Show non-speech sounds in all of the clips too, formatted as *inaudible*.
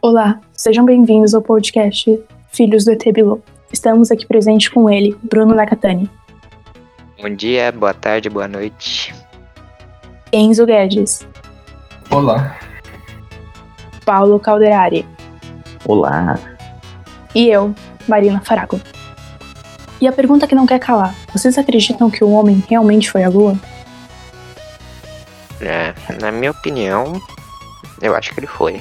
Olá, sejam bem-vindos ao podcast Filhos do ET Bilu. Estamos aqui presente com ele, Bruno Nakatani, Bom dia, boa tarde, boa noite. Enzo Guedes, Olá. Paulo Calderari Olá, e eu, Marina Farago. E a pergunta que não quer calar: vocês acreditam que o homem realmente foi à lua? É, na minha opinião, eu acho que ele foi.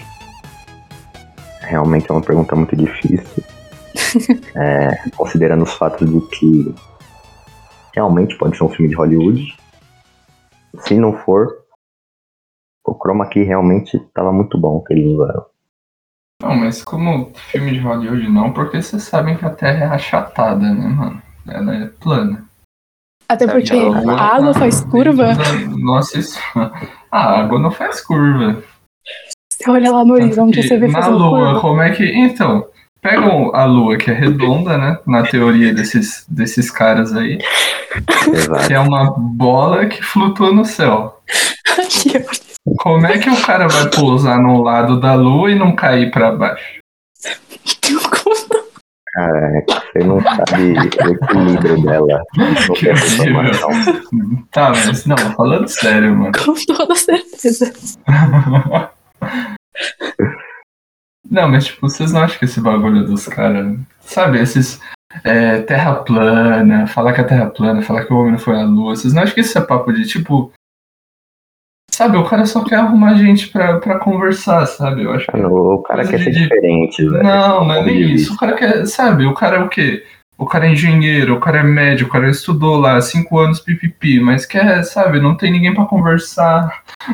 realmente é uma pergunta muito difícil. É, considerando os fatos de que realmente pode ser um filme de Hollywood. Se não for, o chroma key realmente estava muito bom que eles usaram. Não, mas como filme de Hollywood não, porque vocês sabem que a Terra é achatada, né, mano? Ela é plana. é Até porque E água- Então, a água faz curva, Nossa, isso... *laughs* A água não faz curva. você olha lá no horizonte e Tanto você que vê na fazendo Lua, curva. *laughs* como é que. Então, pegam a Lua, que é redonda, né? Na teoria desses, desses caras aí, que Exato. *laughs* é uma bola que flutua no céu. Que eu- Como é que o cara vai pousar no lado da Lua e não cair pra baixo? que eu conto. Cara, é que você não sabe o equilíbrio *laughs* dela. Isso não tem essa informação. Tá, mas não, falando sério, mano. Com toda certeza. Não, mas tipo, vocês não acham que esse bagulho dos caras. Sabe, esses. é, terra plana, falar que a terra é plana, falar que o homem não foi à lua, vocês não acham que isso é papo de tipo. Sabe, o cara só quer arrumar gente pra, pra conversar, sabe? Eu acho que. Mano, o cara quer ser diferente, velho. Não, não é nem isso. O cara quer. Sabe, o cara é o quê? O cara é engenheiro, o cara é médico, o cara estudou lá cinco anos pipipi, mas quer, sabe, não tem ninguém pra conversar, *laughs*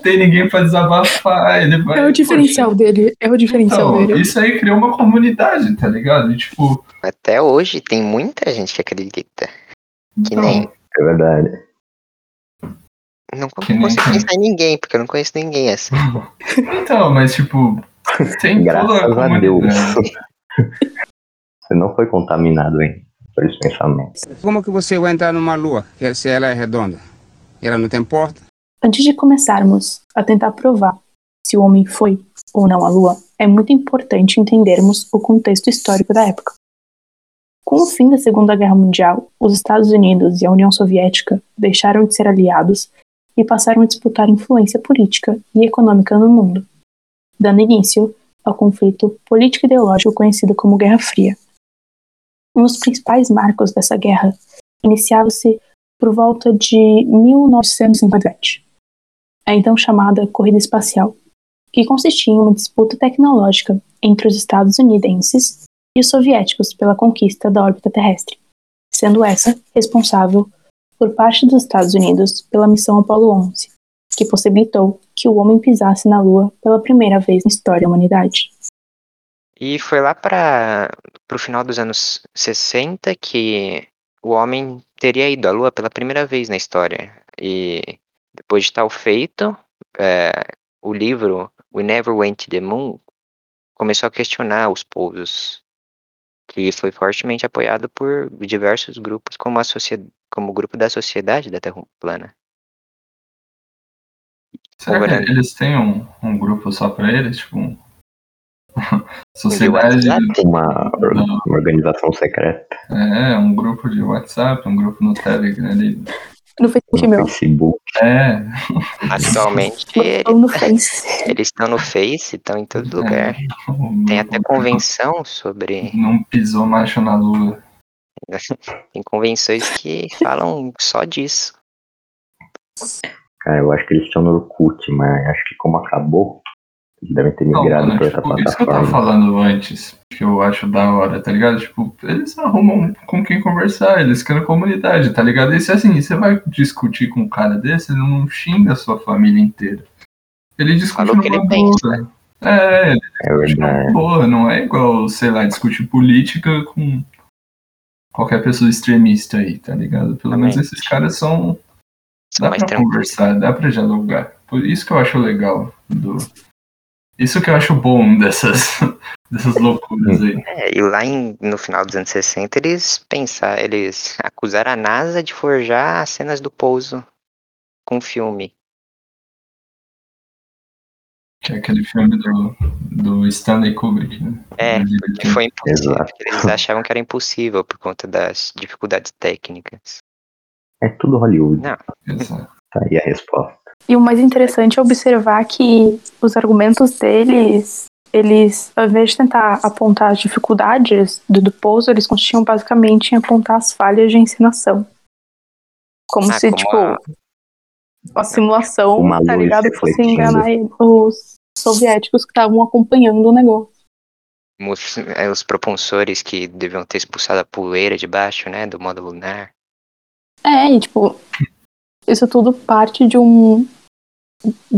*laughs* tem ninguém pra desabafar. Ele vai, É o poxa, diferencial dele. É o diferencial então, dele. isso aí criou uma comunidade, tá ligado? E, tipo, Até hoje tem muita gente que acredita. Que então, nem. É verdade. Não consigo Que nem *laughs* quem? pensar em ninguém, porque eu não conheço ninguém assim. então, *laughs* mas tipo, tem toda a Graças a Deus. comunidade. *laughs* Você não foi contaminado, hein? Por esse pensamento. Como que você vai entrar numa lua que- se ela é redonda? Ela não tem porta? Antes de começarmos a tentar provar se o homem foi ou não à Lua, é muito importante entendermos o contexto histórico da época. Com o fim da Segunda Guerra Mundial, os Estados Unidos e a União Soviética deixaram de ser aliados e passaram a disputar influência política e econômica no mundo, dando início ao conflito político-ideológico conhecido como Guerra Fria. Um dos principais marcos dessa guerra iniciava-se por volta de 1957, a então chamada Corrida Espacial, que consistia em uma disputa tecnológica entre os estadunidenses e os soviéticos pela conquista da órbita terrestre, sendo essa responsável por parte dos Estados Unidos pela missão Apollo 11, que possibilitou que o homem pisasse na Lua pela primeira vez na história da humanidade. E foi lá para pro final dos anos 60 que o homem teria ido à Lua pela primeira vez na história. E depois de tal feito, é, o livro We Never Went to the Moon começou a questionar os pousos, que foi fortemente apoiado por diversos grupos, como, a socie- como o grupo da Sociedade da Terra Plana. Será Agora- que eles têm um, um grupo só pra eles? Tipo, um... Um De *laughs* Sociedade. WhatsApp, Uma, or- uma Uhum. organização secreta É, um grupo de WhatsApp, um grupo no Telegram ali. No Facebook no meu, Facebook. É, *laughs* atualmente ele- ou no Face. eles estão no Face, estão em todo lugar. um Tem grupo até que convenção sobre. Não pisou macho na lua. Tem convenções que falam só disso. Cara, eu acho que eles estão no Orkut, mas acho que como acabou, eles devem ter Não, migrado mano, para essa tipo, isso que eu tava plataforma. falando antes, que eu acho da hora, tá ligado? Tipo, eles arrumam com quem conversar, eles criam comunidade, tá ligado? E se assim, você vai discutir com um cara desse, ele não xinga a sua família inteira. Ele discute Falou numa que ele boa. É, ele É discute numa verdade. boa, não é igual, sei lá, discutir política com qualquer pessoa extremista aí, tá ligado? Pelo menos Exatamente. esses caras são São Dá mais pra tranquilos. conversar, dá pra dialogar. Por isso que eu acho legal. Do... Isso que eu acho bom dessas, *laughs* dessas loucuras aí. É, e lá em- no final dos anos 60, eles pensaram, eles acusaram a NASA de forjar as cenas do pouso com filme. Que é aquele filme do, do Stanley Kubrick, né? É, Onde ele porque tem- foi impossível. Exato. porque Eles achavam que era impossível por conta das dificuldades técnicas. É tudo Hollywood. Não. Exato. Tá aí a resposta. E o mais interessante é observar que os argumentos deles, eles, ao invés de tentar apontar as dificuldades do, do pouso, eles continuam basicamente em apontar as falhas de ensinação. Como Ah, se, como tipo, a- a, simulação, Uma tá luz ligado, fosse refletindo. enganar ele- os soviéticos que estavam acompanhando o negócio. como Os, é, os propulsores que deviam ter expulsado a poeira de baixo, né? Do módulo lunar. É, e, tipo, isso tudo parte de um,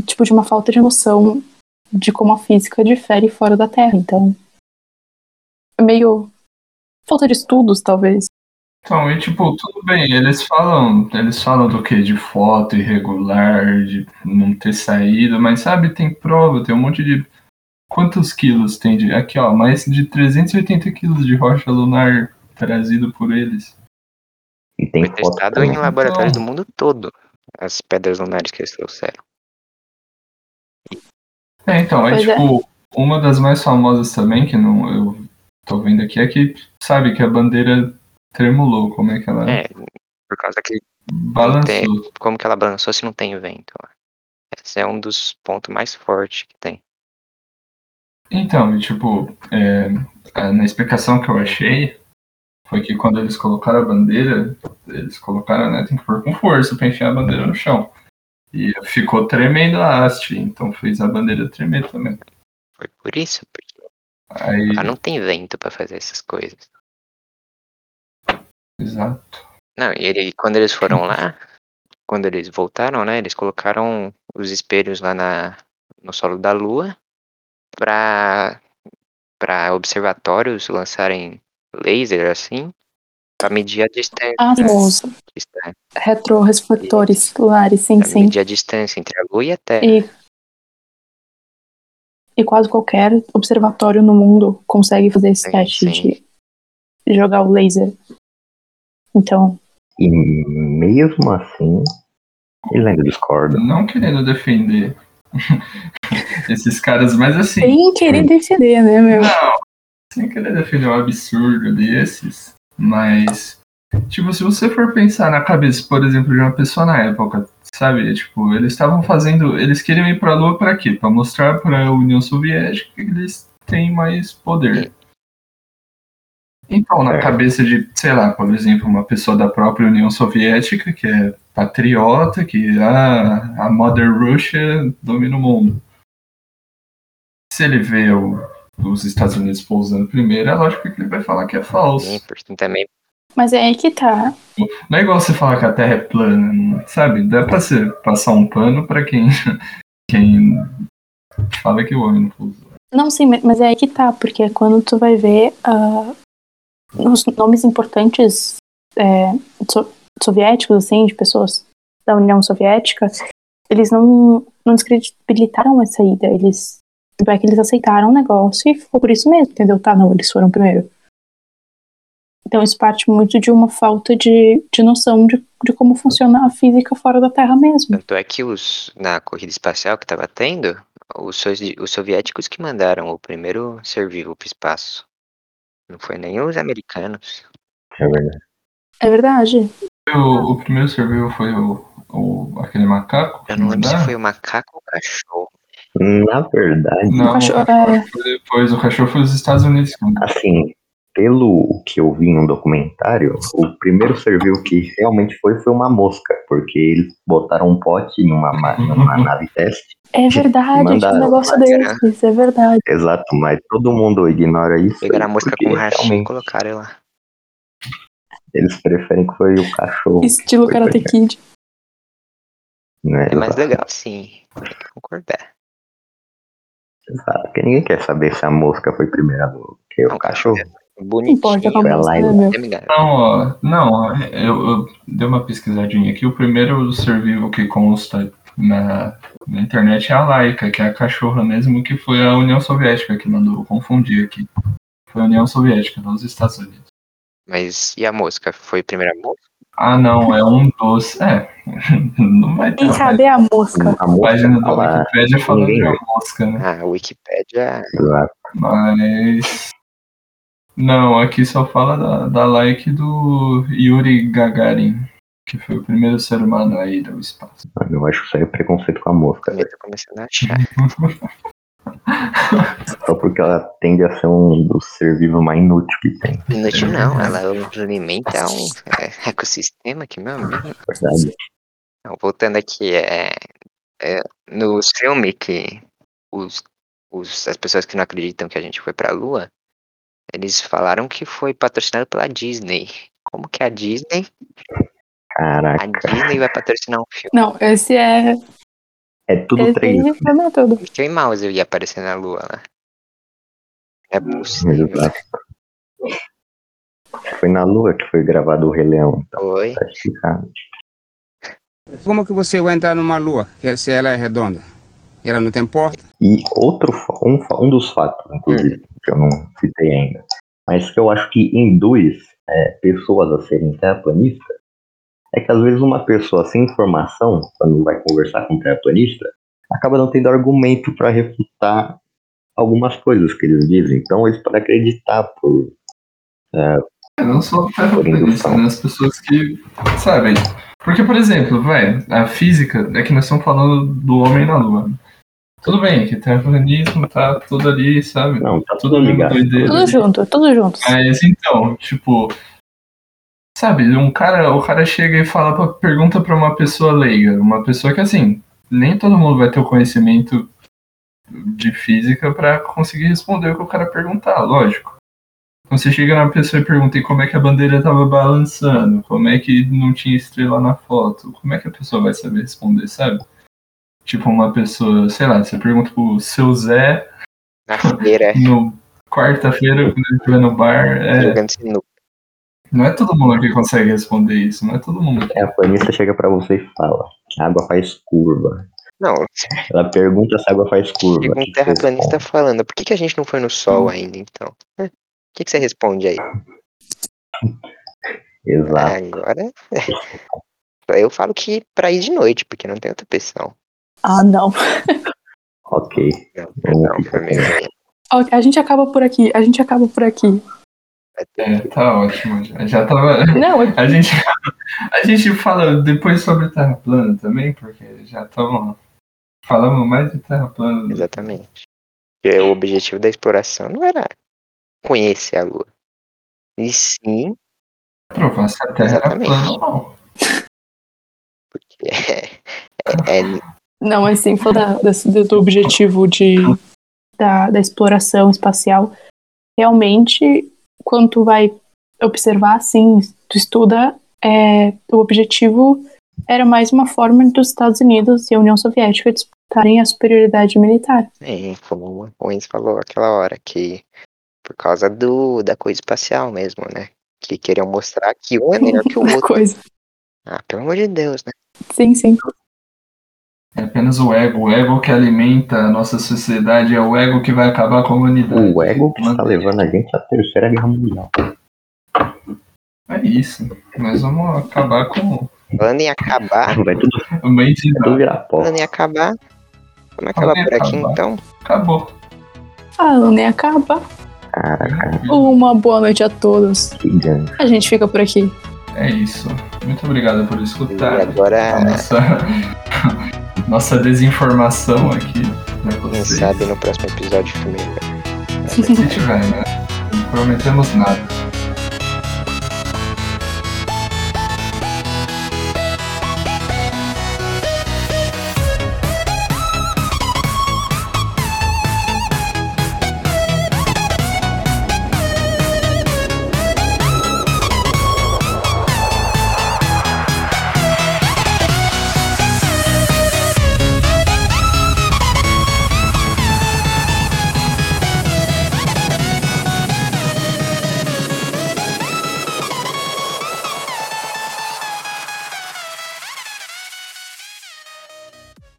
tipo, de uma falta de noção de como a física difere fora da Terra, então é meio falta de estudos, talvez. Então, e tipo, tudo bem, eles falam, eles falam do que? De foto irregular, de não ter saído, mas sabe, tem prova, tem um monte de. Quantos quilos tem de. Aqui, ó, mais de 380 quilos de rocha lunar trazido por eles. E tem Foi foto testado também. em laboratórios Então do mundo todo. As pedras lunares que eles trouxeram. É, então, é Pois é. tipo, uma das mais famosas também, que não, eu tô vendo aqui, é que, sabe, que a bandeira tremulou, como é que ela É, por causa que balançou. como que ela balançou se não tem vento lá. Esse é um dos pontos mais fortes que tem. Então, e tipo, é, a- na explicação que eu achei, foi que quando eles colocaram a bandeira, eles colocaram, né, tem que pôr com força pra enfiar a bandeira no chão. E ficou tremendo a haste, então fez a bandeira tremer também. Foi por isso, porque Aí, lá não tem vento pra fazer essas coisas. exato. Não, e ele, quando eles foram lá, quando eles voltaram, né, eles colocaram os espelhos lá na, no solo da Lua pra para observatórios lançarem laser assim pra medir a distância. Ah, os distância- retrorefletores lunares, sim, pra sim. medir a distância entre a Lua e a Terra. E, e quase qualquer observatório no mundo consegue fazer esse Sim, teste sim. de jogar o laser. Então, E mesmo assim, eles ainda discordam. Não querendo defender *laughs* esses caras, mas assim, sem querer defender, né, meu? Ah. Não, sem querer defender um absurdo desses, mas. Tipo, se você for pensar na cabeça, por exemplo, de uma pessoa na época, sabe? Tipo, eles estavam fazendo. Eles queriam ir pra Lua pra quê? Pra mostrar pra União Soviética que eles têm mais poder. Então, na É. cabeça de, sei lá, por exemplo, uma pessoa da própria União Soviética, que é patriota, que ah, a Mother Russia domina o mundo. Se ele vê o os Estados Unidos pousando primeiro, é lógico que ele vai falar que é Sim, falso. porque né, também Mas é aí que tá. Não é igual você falar que a Terra é plana, não- sabe? Dá pra você passar um pano pra quem, *laughs* quem fala que o homem não pousou. Não, sim, ma- mas é aí que tá, porque quando tu vai ver ah, os nomes importantes é, so- soviéticos, assim, de pessoas da União Soviética, eles não, não descredibilitaram essa ida, eles tanto é que eles aceitaram o negócio e ficou por isso mesmo, entendeu? Tá, não, eles foram primeiro. Então isso parte muito de uma falta de, de noção de, de como funciona a física fora da Terra mesmo. Tanto é que os, na corrida espacial que estava tendo, os, sovi- os soviéticos que mandaram o primeiro ser vivo para o espaço. Não foi nem os americanos. É verdade. É verdade. O, o primeiro survival foi o, o- aquele macaco? é que Eu não lembro se mandaram? foi o macaco ou o cachorro. Na verdade, Não, O cachorro- é. o cachorro foi depois. O cachorro foi os Estados Unidos. que mandaram. assim, pelo o que eu vi em um documentário, o primeiro serviço que realmente foi foi uma mosca, porque eles botaram um pote numa, ma- *laughs* numa nave teste. É verdade, tinha um mandaram, negócio mandaram. né? desses, é verdade. Exato, mas todo mundo ignora isso. Pegaram a mosca porque com racha e realmente colocaram lá. Eles preferem que foi o cachorro. Estilo Tipo, Foi Karate Kid. Né? É mais Exato, legal, sim. Tem que concordar. exato, porque ninguém quer saber se a mosca foi primeiro do que Não, o cachorro. Não importa com a É um Bonitinho. Vai lá música, e né, lá. meu? Amigável. Não, Então, ó, não, ó, eu, eu dei uma pesquisadinha aqui. O primeiro survival que consta na, na internet é a Laika, que é a cachorra mesmo, que foi a União Soviética que mandou. Eu confundi aqui. Foi a União Soviética, não os Estados Unidos. Mas e a mosca? Foi a primeira mosca? Ah, não, é um doce. É, *laughs* não vai ter. E cadê a mosca? A moça Página da fala, Wikipedia falando ninguém de vê. uma mosca, né? Ah, Wikipédia. "Exato, Mas. Não, aqui só fala da, da like do Yuri Gagarin, que foi o primeiro ser humano a ir ao espaço. mano, eu acho que isso aí é preconceito com a mosca. Também tô tá começando a achar. Só porque ela tende a ser um dos ser vivo mais inútil que tem, na Inútil não, ela alimenta um é, ecossistema aqui mesmo. verdade. Não, voltando aqui, é, é, no filme que os, os- as pessoas que não acreditam que a gente foi pra Lua, eles falaram que foi patrocinado pela Disney. Como que a Disney? A Caraca, Disney vai patrocinar um filme. Não, esse é. é tudo Esse três. é problema todo. Mickey Mouse ia aparecer na Lua lá. É possível. Exato. Foi na lua que foi gravado o Rei Leão, então Foi. tá explicado. Como que você vai entrar numa lua se ela é redonda? Ela não tem porta? E outro, fa- um, fa- um dos fatos, inclusive, Hum. que eu não citei ainda, mas que eu acho que induz é, pessoas a serem terraplanistas, é que às vezes uma pessoa sem informação, quando vai conversar com um terraplanista, acaba não tendo argumento para refutar algumas coisas que eles dizem. Então, eles para acreditar por É, não só terraplanista, né? As pessoas que sabem. Porque, por exemplo, vai, a física é que nós estamos falando do homem na Lua. Tudo bem, que terraplanismo tá tudo ali, sabe? Não, tá Tudo tudo mesmo ligado. doideira. Tudo Tudo junto, tudo junto. Mas então, tipo, sabe, um cara, o cara chega e fala, pra- pergunta pra uma pessoa leiga, uma pessoa que assim, nem todo mundo vai ter o conhecimento de física pra conseguir responder o que o cara perguntar, lógico. Então você chega na pessoa e pergunta "E como é que a bandeira tava balançando, como é que não tinha estrela na foto, como é que a pessoa vai saber responder, sabe? Tipo, uma pessoa, sei lá, você pergunta pro seu Zé Na feira, no quarta-feira, quando ele estiver no bar, é, jogando sinuca. não é todo mundo que consegue responder isso, não é todo mundo. É, a planista chega pra você e fala: a água faz curva. Não, Ela pergunta se a água faz curva. chega um Você terraplanista falando, por que, que a gente não foi no sol ainda, então? Hã? O que, que você responde aí? responde. Exato. Agora. é. Eu falo que pra ir de noite, porque não tem outra opção. Ah, não. Ok. Não, Vamos É, não, ficar pra mim, Ok, A gente acaba por aqui, a gente acaba por aqui. É, tá ótimo. Já, já tava. *laughs* Não, é, A gente, a gente fala depois sobre Terra plana também, porque já estamos. Falamos mais de Terra plana. Exatamente. Porque o objetivo da exploração não era conhecer a Lua. E sim, *laughs* Provar se a Terra era Exatamente. plana ou não. é, é, Não, mas sim, falando do, do objetivo de, da, da exploração espacial, realmente, quando tu vai observar, assim, tu estuda, é, o objetivo era mais uma forma dos Estados Unidos e a União Soviética disputarem a superioridade militar. é, como o Wenz falou aquela hora, que por causa do, da coisa espacial mesmo, né? Que queriam mostrar que um é melhor que o Uma outro. *laughs* coisa. Ah, pelo amor de Deus, né? Sim, sim. É apenas o ego. O ego que alimenta a nossa sociedade, é o ego que vai acabar com a humanidade. O Um ego que Mas está levando a gente à terceira guerra mundial. É isso. Nós vamos acabar com. Falando em acabar, Vai tudo, a mãe de tudo virar pó. falando em acabar, vamos acabar por aqui então. Acabou. Ah, nem acaba. Caraca, Uma boa noite a todos. que gancho. A gente fica por aqui. É isso. Muito obrigado por E escutar. a agora, nossa, *laughs* nossa desinformação aqui. Né, quem vocês. sabe no próximo episódio filme. Se tiver, né? Não prometemos nada.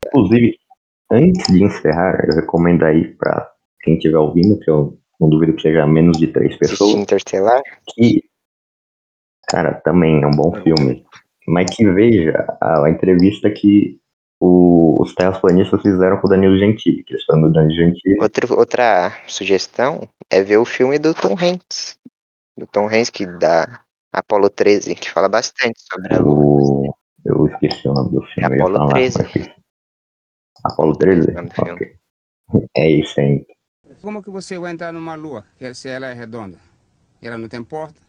Inclusive, antes de encerrar, eu recomendo aí para quem estiver ouvindo, que eu não duvido que seja menos de três Assistir pessoas, Interstellar. que Cara, também é um bom filme. Mas que veja a, a entrevista que o- os terraplanistas fizeram com o Danilo Gentili, que eles falam do Danilo Gentili. Outro, outra sugestão é ver o filme do Tom Hanks. Do Tom Hanks, que dá Apolo 13, que fala bastante sobre a Lua. O... Eu esqueci o nome do filme. eu ia Apolo falar, 13. mas esqueci. Apolo 13? É o nome do Ok. É isso aí. Como que você vai entrar numa lua que- se ela é redonda? Ela não tem porta?